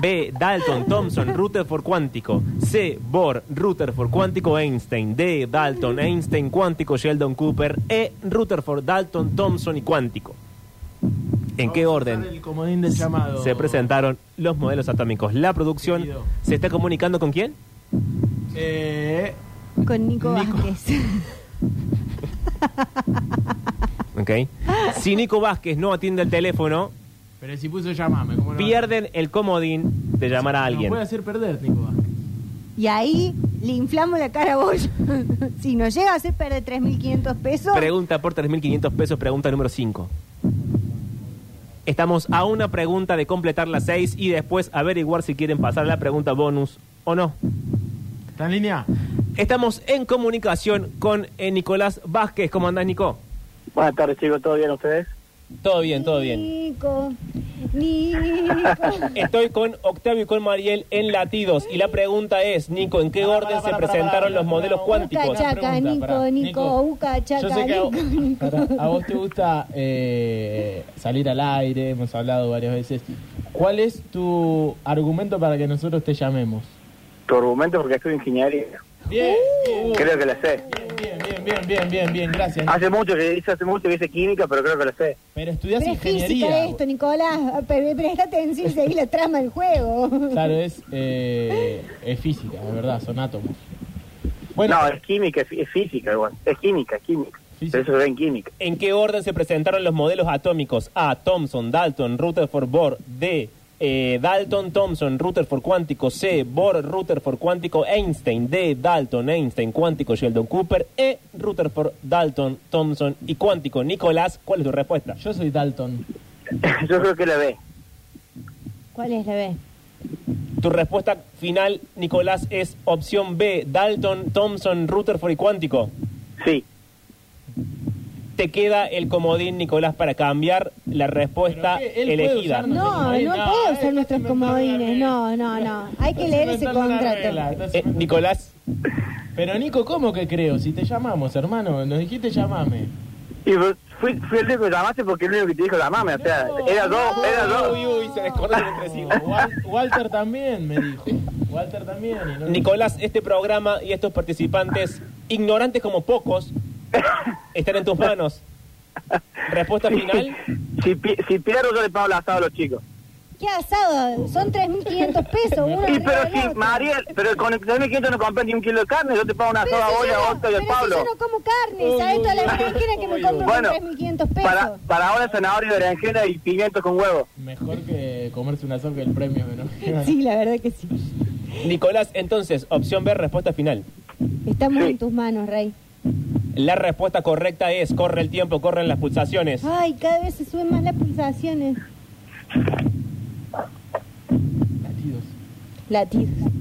[SPEAKER 2] B. Dalton, Thomson, Rutherford cuántico. C. Bohr, Rutherford cuántico, Einstein. D. Dalton, Einstein cuántico, Sheldon Cooper. E. Rutherford, Dalton, Thomson y cuántico. ¿En qué
[SPEAKER 1] Vamos a usar
[SPEAKER 2] orden?
[SPEAKER 1] El comodín del llamado.
[SPEAKER 2] Se presentaron los modelos atómicos. La producción
[SPEAKER 1] Querido.
[SPEAKER 2] se está comunicando con quién?
[SPEAKER 1] Eh,
[SPEAKER 3] Con Nico,
[SPEAKER 1] Nico.
[SPEAKER 3] Vázquez.
[SPEAKER 2] Ok. Si Nico Vázquez no atiende el teléfono,
[SPEAKER 1] pero si puso llamame, ¿cómo no?
[SPEAKER 2] pierden el comodín de llamar a
[SPEAKER 1] Nos
[SPEAKER 2] alguien.
[SPEAKER 1] puede hacer perder, Nico Vázquez.
[SPEAKER 3] y ahí le inflamos la cara a vos. si nos llega a hacer perder 3.500 pesos,
[SPEAKER 2] Pregunta por 3.500 pesos, pregunta número 5. Estamos a una pregunta de completar las 6 y después averiguar si quieren pasar a la pregunta bonus o no.
[SPEAKER 1] ¿Está en línea?
[SPEAKER 2] Estamos en comunicación con eh, Nicolás Vázquez. ¿Cómo andás, Nico?
[SPEAKER 5] Buenas tardes, chicos. ¿Todo bien ustedes?
[SPEAKER 2] Todo bien, todo bien.
[SPEAKER 3] Nico, Nico.
[SPEAKER 2] Estoy con Octavio y con Mariel en Latidos y la pregunta es, Nico, ¿en qué
[SPEAKER 1] Pará,
[SPEAKER 2] orden
[SPEAKER 1] pará,
[SPEAKER 2] se
[SPEAKER 1] pará,
[SPEAKER 2] presentaron
[SPEAKER 1] pará,
[SPEAKER 2] los
[SPEAKER 1] pará,
[SPEAKER 2] modelos
[SPEAKER 1] pará,
[SPEAKER 2] cuánticos?
[SPEAKER 3] Uca chaca,
[SPEAKER 1] Una
[SPEAKER 3] Nico,
[SPEAKER 1] pregunta, pará.
[SPEAKER 3] Nico,
[SPEAKER 1] Nico,
[SPEAKER 3] uca chaca,
[SPEAKER 1] Yo sé que a,
[SPEAKER 3] Nico, Nico.
[SPEAKER 1] a vos te gusta eh, salir al aire, hemos hablado varias veces. ¿Cuál es tu argumento para que nosotros te llamemos?
[SPEAKER 5] Tu argumento porque estoy ingeniería.
[SPEAKER 1] Bien,
[SPEAKER 5] Creo que la sé.
[SPEAKER 1] bien, bien, bien, bien, bien, bien, gracias.
[SPEAKER 2] Ah.
[SPEAKER 5] Hace mucho que dice, hace mucho que dice química, pero creo que la sé.
[SPEAKER 1] Pero estudias
[SPEAKER 3] Pero es física
[SPEAKER 1] ingeniería.
[SPEAKER 3] esto, Nicolás. Pero presta atención y seguí la trama del juego.
[SPEAKER 1] Claro, es, eh, es física, de verdad, son átomos. Bueno,
[SPEAKER 5] No, es química, es, fí- es física igual. Es química, es química.
[SPEAKER 1] Física.
[SPEAKER 5] Pero eso se ve en química.
[SPEAKER 2] ¿En qué orden se presentaron los modelos atómicos? A. Thomson, Dalton, Rutherford, Bohr. D. eh, Dalton, Thomson, Rutherford cuántico. C. Bohr, Rutherford cuántico, Einstein. D. Dalton, Einstein cuántico, Sheldon Cooper. E. Rutherford, Dalton, Thomson y cuántico. Nicolás, ¿cuál es tu respuesta?
[SPEAKER 1] yo soy Dalton.
[SPEAKER 5] Yo creo que la B.
[SPEAKER 3] ¿Cuál es la B?
[SPEAKER 2] Tu respuesta final, Nicolás, es opción B. Dalton, Thomson, Rutherford y cuántico.
[SPEAKER 5] Sí.
[SPEAKER 2] Te queda el comodín, Nicolás, para cambiar la respuesta
[SPEAKER 1] Pero, ¿qué? Él puede
[SPEAKER 2] elegida.
[SPEAKER 1] usarnos.
[SPEAKER 3] No,
[SPEAKER 1] Nicolás,
[SPEAKER 3] no
[SPEAKER 1] no,
[SPEAKER 3] puedo
[SPEAKER 1] eh,
[SPEAKER 3] usar
[SPEAKER 1] estás
[SPEAKER 3] nuestros
[SPEAKER 1] inventando
[SPEAKER 3] comodines.
[SPEAKER 1] la
[SPEAKER 3] No, no, no. Hay que
[SPEAKER 1] Estás
[SPEAKER 3] leer ese
[SPEAKER 1] inventando una regla,
[SPEAKER 3] contrato.
[SPEAKER 1] estás
[SPEAKER 2] Eh,
[SPEAKER 1] inventando-
[SPEAKER 2] Nicolás,
[SPEAKER 1] Pero Nico, ¿cómo que creo? Si te llamamos, hermano, nos dijiste llamame.
[SPEAKER 5] Y vos- fui, fui el único que llamaste porque el único que te dijo la mame. O sea, era dos, era dos.
[SPEAKER 2] Uy, uy, se descoordena entre sí.
[SPEAKER 1] Oh, Wal- Walter también me dijo. Walter también. y no-
[SPEAKER 2] Nicolás, este programa y estos participantes, ignorantes como pocos, están en tus manos. Respuesta final.
[SPEAKER 5] Si, pi- si pierdo, yo le pago el asado a los chicos.
[SPEAKER 3] ¿Qué asado? Son 3.500 pesos. Uno
[SPEAKER 5] Y
[SPEAKER 3] arriba
[SPEAKER 5] pero
[SPEAKER 3] del
[SPEAKER 5] si,
[SPEAKER 3] otro.
[SPEAKER 5] Mariel, pero con el 3.500 no compré ni un kilo de carne, yo te pago una
[SPEAKER 3] Pero
[SPEAKER 5] sola
[SPEAKER 3] si
[SPEAKER 5] olla,
[SPEAKER 3] yo
[SPEAKER 5] a
[SPEAKER 3] no-
[SPEAKER 5] Oscar y a
[SPEAKER 3] pero
[SPEAKER 5] Pablo.
[SPEAKER 3] si yo no como carne, ¿sabes? Toda la berenjena que me compro
[SPEAKER 5] Bueno,
[SPEAKER 3] con 3.500 pesos.
[SPEAKER 5] Para, para ahora zanahoria, berenjena y pimientos con huevo.
[SPEAKER 1] Mejor que comerse una sopa que el premio, ¿no?
[SPEAKER 3] Sí, la verdad que sí.
[SPEAKER 2] Nicolás, entonces, opción B, respuesta final.
[SPEAKER 3] Estamos
[SPEAKER 5] Sí.
[SPEAKER 3] en tus manos, Rey.
[SPEAKER 2] La respuesta correcta es, corre el tiempo, corren las pulsaciones.
[SPEAKER 3] Ay, cada vez se suben más las pulsaciones.
[SPEAKER 1] Latidos.
[SPEAKER 3] Latidos.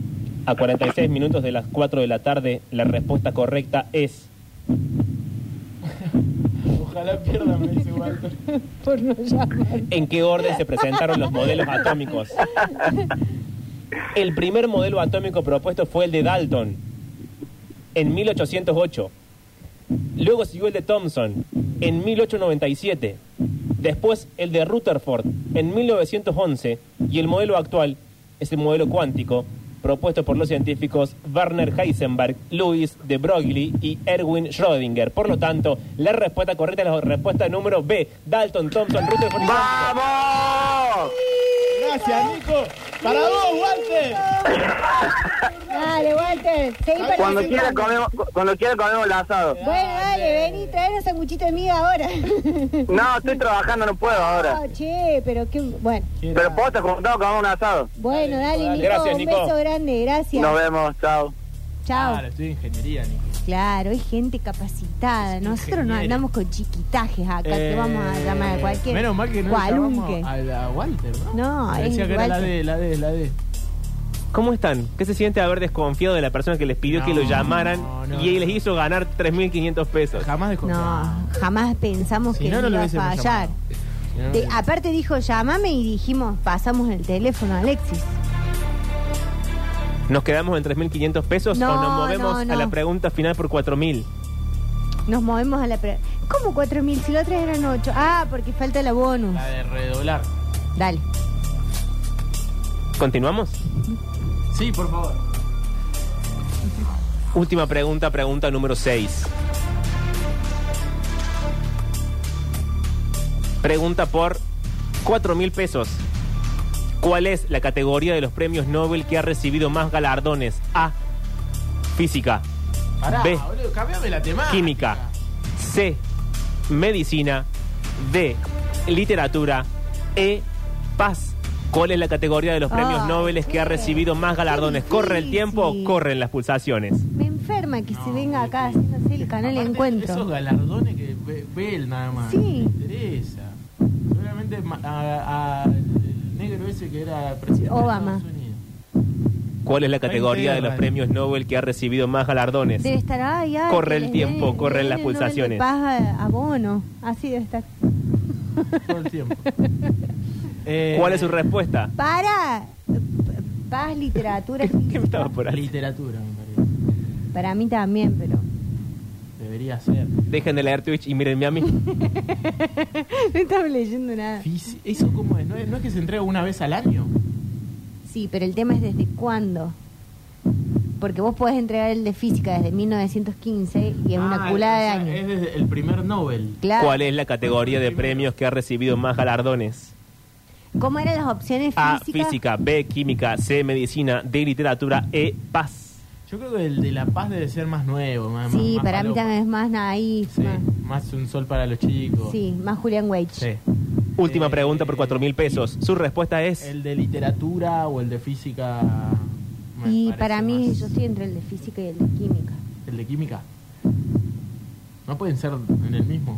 [SPEAKER 2] A 46 minutos de las 4 de la tarde, la respuesta correcta es...
[SPEAKER 1] Ojalá pierda, me dice Walter.
[SPEAKER 3] Por no llamar.
[SPEAKER 2] ¿En qué orden se presentaron los modelos atómicos? El primer modelo atómico propuesto fue el de Dalton en 1808. Luego siguió el de Thomson en 1897. Después el de Rutherford en 1911. Y el modelo actual es el modelo cuántico propuesto por los científicos Werner Heisenberg, Louis de Broglie y Erwin Schrödinger. Por lo tanto, la respuesta correcta es la respuesta número B. Dalton, Thomson, Rutherford. y Schrödinger.
[SPEAKER 5] ¡Vamos!
[SPEAKER 1] Gracias, Nico. Para vos, Walter.
[SPEAKER 3] Dale, Walter. Seguí
[SPEAKER 5] Cuando quiera
[SPEAKER 3] participando.
[SPEAKER 5] comemos, cu- cuando quiera comemos el asado.
[SPEAKER 3] Bueno, dale, vení, traenos sanguchito de miga ahora.
[SPEAKER 5] No, estoy trabajando, no puedo ahora.
[SPEAKER 3] No, che, pero qué... Bueno,
[SPEAKER 5] Pero posta, juntado comemos un asado.
[SPEAKER 3] bueno, dale, Nico,
[SPEAKER 2] Gracias,
[SPEAKER 3] un
[SPEAKER 2] Nico.
[SPEAKER 3] beso grande, gracias.
[SPEAKER 5] Nos vemos, chao.
[SPEAKER 3] Chao.
[SPEAKER 1] Claro, estoy en ingeniería, Nico.
[SPEAKER 3] Claro, hay gente capacitada. Nosotros no
[SPEAKER 1] ingeniero.
[SPEAKER 3] andamos con chiquitajes acá,
[SPEAKER 1] Eh,
[SPEAKER 3] que vamos a llamar a cualquier...
[SPEAKER 1] Menos mal que no
[SPEAKER 3] cualunque.
[SPEAKER 1] llamamos a, la- a Walter, ¿no?
[SPEAKER 3] No,
[SPEAKER 1] Me decía
[SPEAKER 3] es
[SPEAKER 1] que era la
[SPEAKER 3] Walter.
[SPEAKER 1] D, la D, la D.
[SPEAKER 2] ¿Cómo están? ¿Qué se siente haber desconfiado de la persona que les pidió
[SPEAKER 1] No,
[SPEAKER 2] que lo llamaran
[SPEAKER 1] no, no,
[SPEAKER 2] y
[SPEAKER 1] no.
[SPEAKER 2] les hizo ganar 3.500 pesos?
[SPEAKER 1] Jamás desconfiamos.
[SPEAKER 3] No, jamás pensamos
[SPEAKER 1] Si
[SPEAKER 3] que
[SPEAKER 1] no, no
[SPEAKER 3] no
[SPEAKER 1] lo
[SPEAKER 3] iba a
[SPEAKER 1] hubiésemos
[SPEAKER 3] fallar.
[SPEAKER 1] llamado. Si no, no
[SPEAKER 3] De-
[SPEAKER 1] lo-
[SPEAKER 3] aparte dijo, llámame y dijimos, pasamos el teléfono a Alexis.
[SPEAKER 2] ¿Nos quedamos en 3.500 pesos
[SPEAKER 3] No,
[SPEAKER 2] o nos movemos
[SPEAKER 3] no, no.
[SPEAKER 2] a la pregunta final por 4.000?
[SPEAKER 3] Nos movemos a la... Pre ¿Cómo 4.000? Si los tres eran 8. Ah, porque falta la bonus.
[SPEAKER 1] La de redoblar.
[SPEAKER 3] Dale.
[SPEAKER 2] ¿Continuamos?
[SPEAKER 1] Sí, por favor.
[SPEAKER 2] Última pregunta, pregunta número 6. Pregunta por 4 mil pesos. ¿Cuál es la categoría de los premios Nobel que ha recibido más galardones? A. Física.
[SPEAKER 1] Pará,
[SPEAKER 2] B.
[SPEAKER 1] boludo, cambiame la temática.
[SPEAKER 2] Química. C. Medicina. D. Literatura. E. Paz. ¿Cuál es la categoría de los premios
[SPEAKER 3] Ay,
[SPEAKER 2] Nobel que ha
[SPEAKER 3] qué-
[SPEAKER 2] recibido más
[SPEAKER 3] qué
[SPEAKER 2] galardones? ¿Corre el tiempo?
[SPEAKER 3] difícil.
[SPEAKER 2] Corren las pulsaciones.
[SPEAKER 3] Me enferma que se venga acá haciéndose el canal
[SPEAKER 1] Aparte,
[SPEAKER 3] Encuentro.
[SPEAKER 1] Esos galardones que ve, ve él nada más.
[SPEAKER 3] Sí.
[SPEAKER 1] Me interesa. Seguramente ma- a- a- el negro ese que era presidente
[SPEAKER 3] Obama.
[SPEAKER 1] de Estados Unidos.
[SPEAKER 2] ¿Cuál es la categoría de los
[SPEAKER 1] Veinte,
[SPEAKER 2] premios Nobel que ha recibido más galardones?
[SPEAKER 3] Debe estar, ay, ay,
[SPEAKER 2] Corre
[SPEAKER 3] que
[SPEAKER 2] el
[SPEAKER 3] les
[SPEAKER 2] tiempo,
[SPEAKER 3] den-
[SPEAKER 2] corren
[SPEAKER 3] den
[SPEAKER 2] las
[SPEAKER 3] el Nobel de
[SPEAKER 2] pulsaciones.
[SPEAKER 3] Paz a- a Bono. así debe estar.
[SPEAKER 1] Todo el tiempo. Eh,
[SPEAKER 2] ¿Cuál es su respuesta?
[SPEAKER 3] Para p- paz, literatura,
[SPEAKER 2] ¿Qué me estaba por ahí?
[SPEAKER 1] Literatura, me parece.
[SPEAKER 3] para mí también, pero
[SPEAKER 1] Debería ser.
[SPEAKER 2] Dejen de leer Twitch y mírenme a mí.
[SPEAKER 3] no estaba leyendo nada.
[SPEAKER 1] Fisi- ¿Eso cómo es? ¿No, es? no es que se entrega una vez al año?
[SPEAKER 3] Sí, pero el tema es desde cuándo. Porque vos podés entregar el de física desde 1915 y es una
[SPEAKER 1] Ah,
[SPEAKER 3] culada de
[SPEAKER 1] o sea,
[SPEAKER 3] año.
[SPEAKER 1] Es desde el primer Nobel.
[SPEAKER 3] Claro.
[SPEAKER 2] ¿Cuál es la categoría de premios que ha recibido más galardones?
[SPEAKER 3] ¿Cómo eran las opciones
[SPEAKER 1] Ah,
[SPEAKER 2] A.
[SPEAKER 3] físicas?
[SPEAKER 2] Física. B. Química. C. Medicina. D. Literatura. E. Paz.
[SPEAKER 1] Yo creo que el de La Paz debe ser más nuevo. Más,
[SPEAKER 3] Sí,
[SPEAKER 1] más- más
[SPEAKER 3] para mí
[SPEAKER 1] palopa.
[SPEAKER 3] también es más naif.
[SPEAKER 1] Sí,
[SPEAKER 3] más-
[SPEAKER 1] más un sol para los chicos.
[SPEAKER 3] Sí, más Julián Weich.
[SPEAKER 1] Sí.
[SPEAKER 2] Última
[SPEAKER 1] Eh,
[SPEAKER 2] pregunta por cuatro mil pesos. Su respuesta es.
[SPEAKER 1] El de literatura o el de física. me
[SPEAKER 3] Y
[SPEAKER 1] parece
[SPEAKER 3] para mí,
[SPEAKER 1] más-
[SPEAKER 3] yo estoy entre el de física y el de química.
[SPEAKER 1] El de química. No pueden ser en el mismo.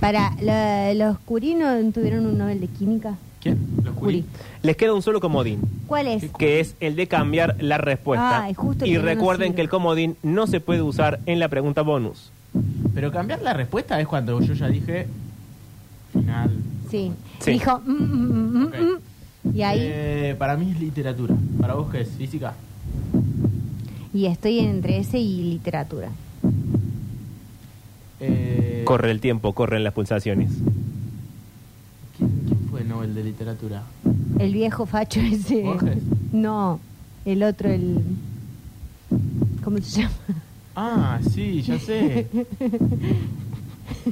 [SPEAKER 3] Para la- los curinos tuvieron un Nobel de química.
[SPEAKER 1] ¿Quién? Los
[SPEAKER 3] Curí.
[SPEAKER 1] Curí.
[SPEAKER 2] Les queda un solo comodín.
[SPEAKER 3] ¿Cuál es?
[SPEAKER 2] que es el de cambiar la respuesta.
[SPEAKER 3] Ay, justo el
[SPEAKER 2] y
[SPEAKER 3] que no nos
[SPEAKER 2] recuerden
[SPEAKER 3] sirve.
[SPEAKER 2] que el comodín no se puede usar en la pregunta bonus.
[SPEAKER 1] Pero cambiar la respuesta es cuando yo ya dije. Final.
[SPEAKER 3] Sí.
[SPEAKER 2] Sí.
[SPEAKER 3] Dijo. mm, mm, mm, mm,
[SPEAKER 1] Ok.
[SPEAKER 3] mm. Y ahí.
[SPEAKER 1] Eh, para mí es literatura. ¿Para vos qué es? ¿Física?
[SPEAKER 3] Y estoy entre ese y literatura.
[SPEAKER 1] Eh,
[SPEAKER 2] Corre el tiempo, corren las pulsaciones.
[SPEAKER 1] ¿quién, quién fue Nobel de literatura?
[SPEAKER 3] El viejo facho ese.
[SPEAKER 1] ¿Borges?
[SPEAKER 3] No. El otro, el. ¿Cómo se llama?
[SPEAKER 1] Ah, sí, ya sé.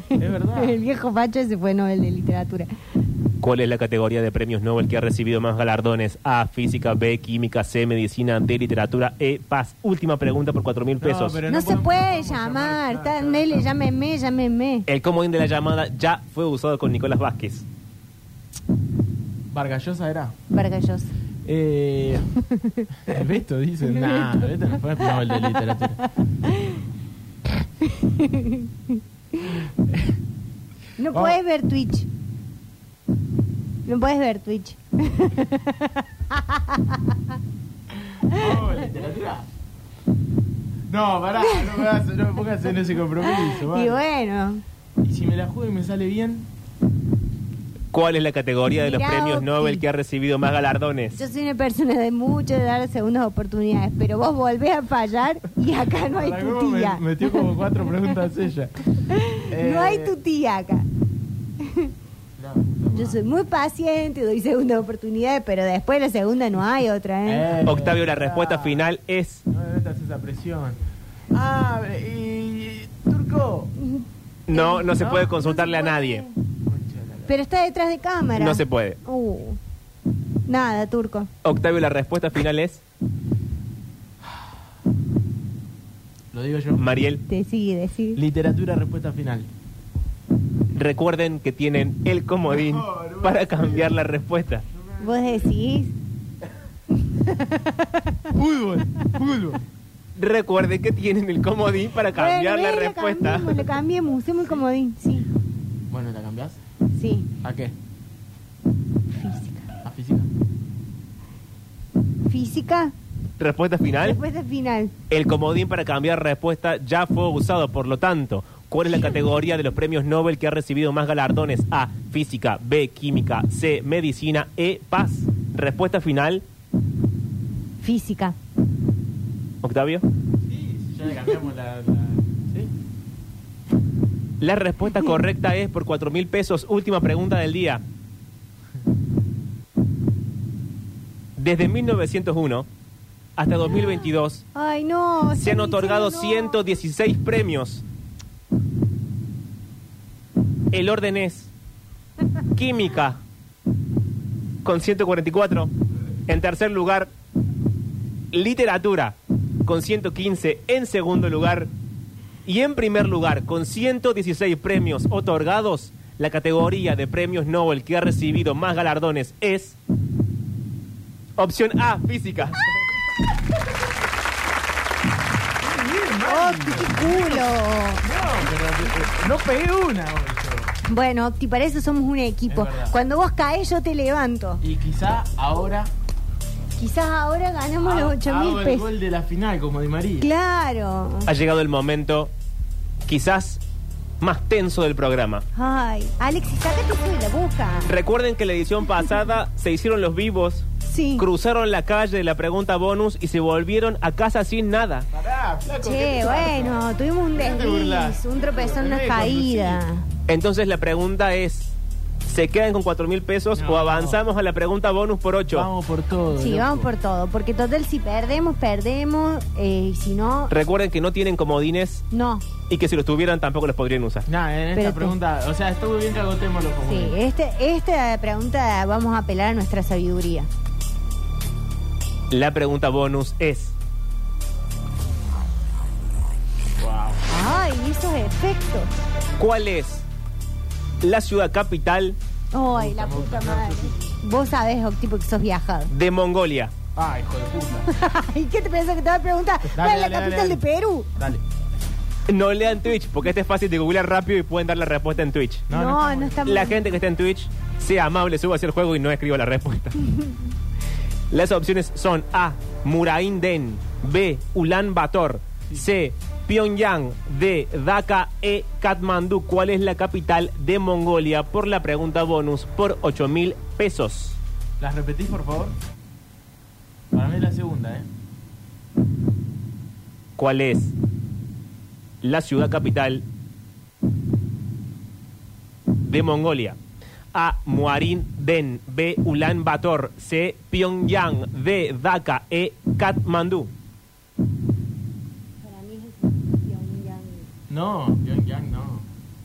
[SPEAKER 1] es verdad.
[SPEAKER 3] El viejo facho ese fue Nobel de literatura.
[SPEAKER 2] ¿Cuál es la categoría de premios Nobel que ha recibido más galardones? A, física, B, química, C, medicina, D, literatura, E, paz. Última pregunta por cuatro mil pesos.
[SPEAKER 1] pero
[SPEAKER 3] No, se
[SPEAKER 1] podemos-
[SPEAKER 3] puede
[SPEAKER 1] no podemos
[SPEAKER 3] llamar.
[SPEAKER 1] claro, claro,
[SPEAKER 3] Dele,
[SPEAKER 1] claro.
[SPEAKER 3] llámeme, llámeme.
[SPEAKER 2] El comodín de la llamada ya fue usado con Nicolás Vázquez.
[SPEAKER 1] Vargallosa era.
[SPEAKER 3] Vargallos.
[SPEAKER 1] Eh, el Beto dice, nah, el Beto no fue Nobel de literatura.
[SPEAKER 3] No
[SPEAKER 1] Vamos.
[SPEAKER 3] puedes ver Twitch. No puedes ver Twitch.
[SPEAKER 1] No, literatura. No, pará, no me, hagas- no me pongas en ese compromiso.
[SPEAKER 3] Y
[SPEAKER 1] vale.
[SPEAKER 3] bueno.
[SPEAKER 1] Y si me la juego y me sale bien,
[SPEAKER 2] ¿Cuál es la categoría de los
[SPEAKER 3] Mirá,
[SPEAKER 2] premios
[SPEAKER 3] Oki.
[SPEAKER 2] Nobel que ha recibido más galardones?
[SPEAKER 3] Yo soy una persona de mucho de dar segundas oportunidades, pero vos volvés a fallar y acá no hay
[SPEAKER 1] para
[SPEAKER 3] tu
[SPEAKER 1] cómo me-
[SPEAKER 3] tía.
[SPEAKER 1] metió como cuatro preguntas ella. Eh,
[SPEAKER 3] No hay tu tía acá.
[SPEAKER 1] la puta
[SPEAKER 3] Yo
[SPEAKER 1] madre.
[SPEAKER 3] soy muy paciente, doy segundas oportunidades, pero después de la segunda no hay otra, ¿eh?
[SPEAKER 1] Eh,
[SPEAKER 2] Octavio, la
[SPEAKER 1] pará.
[SPEAKER 2] respuesta final es
[SPEAKER 1] No me metas esa presión. Ah, y. Turco.
[SPEAKER 2] no, no se
[SPEAKER 1] No,
[SPEAKER 2] puede
[SPEAKER 1] no se
[SPEAKER 2] consultarle Eh, a
[SPEAKER 3] puede.
[SPEAKER 2] nadie.
[SPEAKER 1] Concha de la lora.
[SPEAKER 3] Pero está detrás de cámara.
[SPEAKER 2] No se puede.
[SPEAKER 3] Uh. Nada, turco.
[SPEAKER 2] Octavio, la respuesta final es
[SPEAKER 1] Lo digo yo.
[SPEAKER 2] Mariel.
[SPEAKER 3] Decí, decí.
[SPEAKER 1] Literatura, respuesta final.
[SPEAKER 2] Recuerden que tienen el comodín
[SPEAKER 1] No, no.
[SPEAKER 2] para cambiar la respuesta.
[SPEAKER 3] Vos decís.
[SPEAKER 1] Fútbol, fútbol.
[SPEAKER 2] Recuerden que tienen el comodín para cambiar
[SPEAKER 3] Bueno,
[SPEAKER 2] la
[SPEAKER 3] eh,
[SPEAKER 2] respuesta.
[SPEAKER 3] Lo cambiemos, lo cambiemos, usemos el comodín. Sí,
[SPEAKER 1] Bueno, ¿la cambiás?
[SPEAKER 3] sí.
[SPEAKER 1] ¿A qué?
[SPEAKER 3] Física.
[SPEAKER 1] ¿A física?
[SPEAKER 3] Física,
[SPEAKER 2] Respuesta final.
[SPEAKER 3] respuesta final.
[SPEAKER 2] El comodín para cambiar respuesta ya fue usado, por lo tanto, ¿cuál es la categoría de los premios Nobel que ha recibido más galardones? A. Física, B. Química, C. Medicina, E. Paz. Respuesta final,
[SPEAKER 3] Física.
[SPEAKER 2] Octavio.
[SPEAKER 1] Sí, si ya le cambiamos la. ¿Sí?
[SPEAKER 2] La respuesta correcta es por cuatro mil pesos. Última pregunta del día. Desde 1901 hasta 2022
[SPEAKER 3] Ay, no.
[SPEAKER 2] se han
[SPEAKER 3] Santi,
[SPEAKER 2] otorgado
[SPEAKER 3] no.
[SPEAKER 2] 116 premios. El orden es química, con 144. En tercer lugar, literatura con 115. En segundo lugar, y en primer lugar, con 116 premios otorgados, la categoría de premios Nobel que ha recibido más galardones es opción A, física.
[SPEAKER 3] ¡Oh, qué culo!
[SPEAKER 1] No pegué una hoy yo.
[SPEAKER 3] Bueno, Octi, para eso somos un equipo.
[SPEAKER 1] Es verdad.
[SPEAKER 3] Cuando vos caes, yo te levanto.
[SPEAKER 1] Y quizá ahora.
[SPEAKER 3] Quizás ahora ganamos
[SPEAKER 1] Ah,
[SPEAKER 3] los 8
[SPEAKER 1] hago
[SPEAKER 3] mil
[SPEAKER 1] el
[SPEAKER 3] pesos.
[SPEAKER 1] gol de la final como Di María.
[SPEAKER 3] Claro.
[SPEAKER 2] Ha llegado el momento, quizás, más tenso del programa.
[SPEAKER 3] Ay, Alexis, sacate tú de la boca.
[SPEAKER 2] Recuerden que la edición pasada se hicieron los vivos,
[SPEAKER 3] Sí.
[SPEAKER 2] cruzaron la calle de la pregunta bonus y se volvieron a casa sin nada.
[SPEAKER 1] Pará, flaco. ¿qué
[SPEAKER 3] Che,
[SPEAKER 1] te pasa?
[SPEAKER 3] bueno, tuvimos un
[SPEAKER 1] ¿Qué te burlas?
[SPEAKER 3] desliz, un tropezón,
[SPEAKER 1] En
[SPEAKER 3] una
[SPEAKER 1] medio de
[SPEAKER 3] caída.
[SPEAKER 2] Entonces la pregunta es, ¿se quedan con cuatro mil pesos
[SPEAKER 1] No.
[SPEAKER 2] o avanzamos a la pregunta bonus por ocho?
[SPEAKER 1] Vamos por todo.
[SPEAKER 3] Sí,
[SPEAKER 1] loco.
[SPEAKER 3] vamos por todo, porque total, si perdemos, perdemos, eh, y si no,
[SPEAKER 2] Recuerden que no tienen comodines
[SPEAKER 3] no.
[SPEAKER 2] y que si los tuvieran tampoco los podrían usar.
[SPEAKER 1] Nah, en esta
[SPEAKER 3] Espérate.
[SPEAKER 1] pregunta, o sea, estuvo bien que agotemos los
[SPEAKER 3] Sí,
[SPEAKER 1] comunes.
[SPEAKER 3] este, esta pregunta vamos a apelar a nuestra sabiduría.
[SPEAKER 2] La pregunta bonus es,
[SPEAKER 3] Ay, esos efectos.
[SPEAKER 2] ¿cuál es la ciudad capital
[SPEAKER 3] Ay, la puta madre. Vos sabés, Octi, porque sos viajado.
[SPEAKER 2] de Mongolia?
[SPEAKER 1] Ah, hijo de puta.
[SPEAKER 3] ¿Y qué te pensás que te va a preguntar? ¿Cuál es la
[SPEAKER 1] dale,
[SPEAKER 3] capital
[SPEAKER 1] dale.
[SPEAKER 3] de Perú?
[SPEAKER 1] Dale.
[SPEAKER 2] No lean Twitch, porque este es fácil de googlear rápido y pueden dar la respuesta en Twitch.
[SPEAKER 1] No,
[SPEAKER 3] No,
[SPEAKER 1] no
[SPEAKER 3] no, está
[SPEAKER 2] La
[SPEAKER 3] mal.
[SPEAKER 2] gente que está en Twitch, sea amable, suba hacia el juego y no escriba la respuesta. Las opciones son A. Murain Den. B. Ulan Bator. C. Pyongyang. D. Dhaka. E. Katmandú. ¿Cuál es la capital de Mongolia? Por la pregunta bonus por 8 mil pesos.
[SPEAKER 1] ¿Las repetís, por favor? Para mí es la segunda, ¿eh?
[SPEAKER 2] ¿Cuál es la ciudad capital de Mongolia? A. Muarin Den. B. Ulan Bator. C. Pyongyang. D. Dhaka. E. Katmandú.
[SPEAKER 3] Para mí es Pyongyang.
[SPEAKER 1] No, Pyongyang no.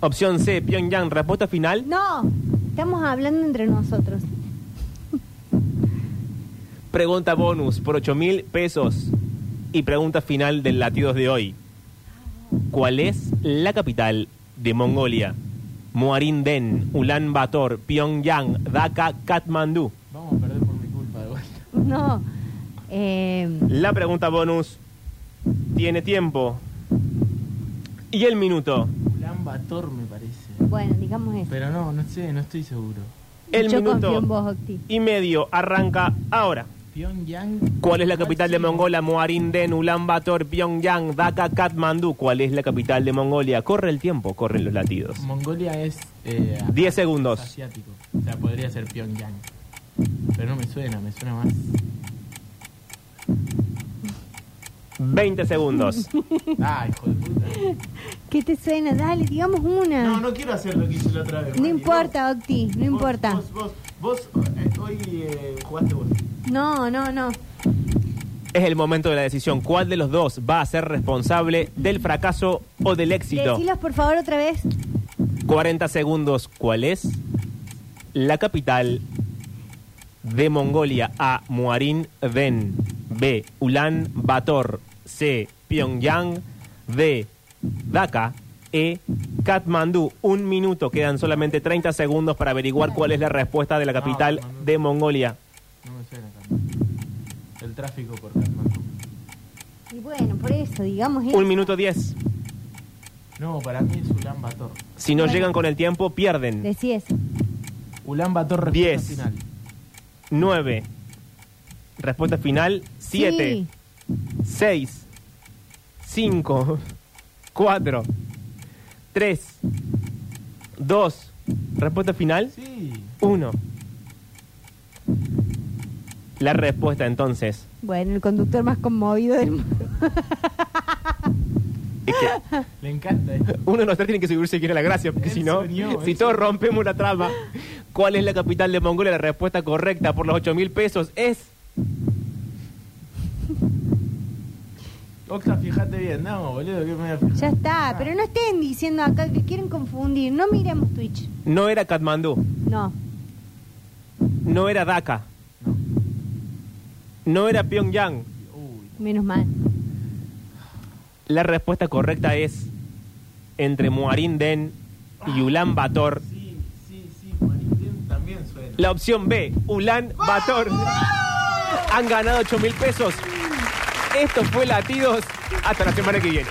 [SPEAKER 2] Opción C. Pyongyang. Respuesta final.
[SPEAKER 3] No, estamos hablando entre nosotros.
[SPEAKER 2] Pregunta bonus por 8 mil pesos. Y pregunta final del latidos de hoy. ¿Cuál es la capital de Mongolia? Muarin Den. Ulan Bator. Pyongyang. Dhaka. Katmandú.
[SPEAKER 1] Vamos a perder por mi culpa de vuelta.
[SPEAKER 3] No. Eh,
[SPEAKER 2] La pregunta bonus tiene tiempo. Y el minuto.
[SPEAKER 1] Ulan Bator me parece.
[SPEAKER 3] bueno, digamos eso.
[SPEAKER 1] Pero no, no sé, no estoy seguro.
[SPEAKER 2] El
[SPEAKER 3] Yo confío en
[SPEAKER 2] minuto
[SPEAKER 3] vos, Octi.
[SPEAKER 2] y medio arranca ahora.
[SPEAKER 1] Pyongyang.
[SPEAKER 2] ¿Cuál es la capital de Mongolia? Moarinden, Ulaanbaatar, Pyongyang, Dhaka, Katmandú. ¿Cuál es la capital de Mongolia? Corre el tiempo, corren los latidos.
[SPEAKER 1] Mongolia es. Eh,
[SPEAKER 2] 10
[SPEAKER 1] es
[SPEAKER 2] segundos.
[SPEAKER 1] asiático. O sea, podría ser Pyongyang. Pero no me suena, me suena más.
[SPEAKER 2] 20 segundos.
[SPEAKER 1] Ah, hijo de puta.
[SPEAKER 3] ¿Qué te suena? Dale, digamos una.
[SPEAKER 1] No,
[SPEAKER 3] No,
[SPEAKER 1] no quiero hacer lo que hice la otra vez. Mari.
[SPEAKER 3] importa, Octi, no
[SPEAKER 1] Vos-
[SPEAKER 3] importa.
[SPEAKER 1] Vos, vos, vos, eh, hoy eh, jugaste vos.
[SPEAKER 3] No, no, no.
[SPEAKER 2] Es el momento de la decisión. ¿Cuál de los dos va a ser responsable del fracaso o del éxito?
[SPEAKER 3] Decilos, por favor, otra vez.
[SPEAKER 2] 40 segundos. ¿Cuál es la capital de Mongolia? A. Muarin Den. B. Ulan Bator. C. Pyongyang. D. Dhaka. E. Katmandú. Un minuto. Quedan solamente 30 segundos para averiguar cuál es la respuesta de la capital de Mongolia.
[SPEAKER 1] No me suena también. El tráfico por Katmandú.
[SPEAKER 3] Y bueno, por eso, digamos eso.
[SPEAKER 2] Un minuto 10.
[SPEAKER 1] No, para mí es Ulan Bator.
[SPEAKER 2] Si no llegan con el tiempo, pierden.
[SPEAKER 3] Decí eso.
[SPEAKER 1] Ulan Bator respuesta
[SPEAKER 2] Diez.
[SPEAKER 1] final.
[SPEAKER 2] 9. Respuesta final, 7.
[SPEAKER 3] Sí.
[SPEAKER 2] 6, 5, 4, 3, 2, respuesta final,
[SPEAKER 1] Sí.
[SPEAKER 2] 1. La respuesta entonces
[SPEAKER 3] Bueno, el conductor más conmovido del mundo.
[SPEAKER 2] es que
[SPEAKER 1] Le encanta esto.
[SPEAKER 2] uno de los tres tiene que subirse quiere la gracia, porque
[SPEAKER 1] Él
[SPEAKER 2] si no,
[SPEAKER 1] soñó,
[SPEAKER 2] si
[SPEAKER 1] él
[SPEAKER 2] todos
[SPEAKER 1] soñó.
[SPEAKER 2] rompemos la trama, ¿cuál es la capital de Mongolia? La respuesta correcta por los 8 mil pesos es
[SPEAKER 1] Octa, fíjate bien. No, boludo, que me voy a fijar.
[SPEAKER 3] Ya está, pero no estén diciendo acá que quieren confundir. No miremos Twitch.
[SPEAKER 2] no era Katmandú.
[SPEAKER 3] No.
[SPEAKER 2] no era Dhaka. No era Pyongyang.
[SPEAKER 3] Menos mal.
[SPEAKER 2] La respuesta correcta es entre Muarinden y Ulan Bator.
[SPEAKER 1] Sí, sí, sí, Juanín también suena.
[SPEAKER 2] La opción B, Ulan Bator. Han ganado 8 mil pesos. Esto fue Latidos. Hasta la semana que viene.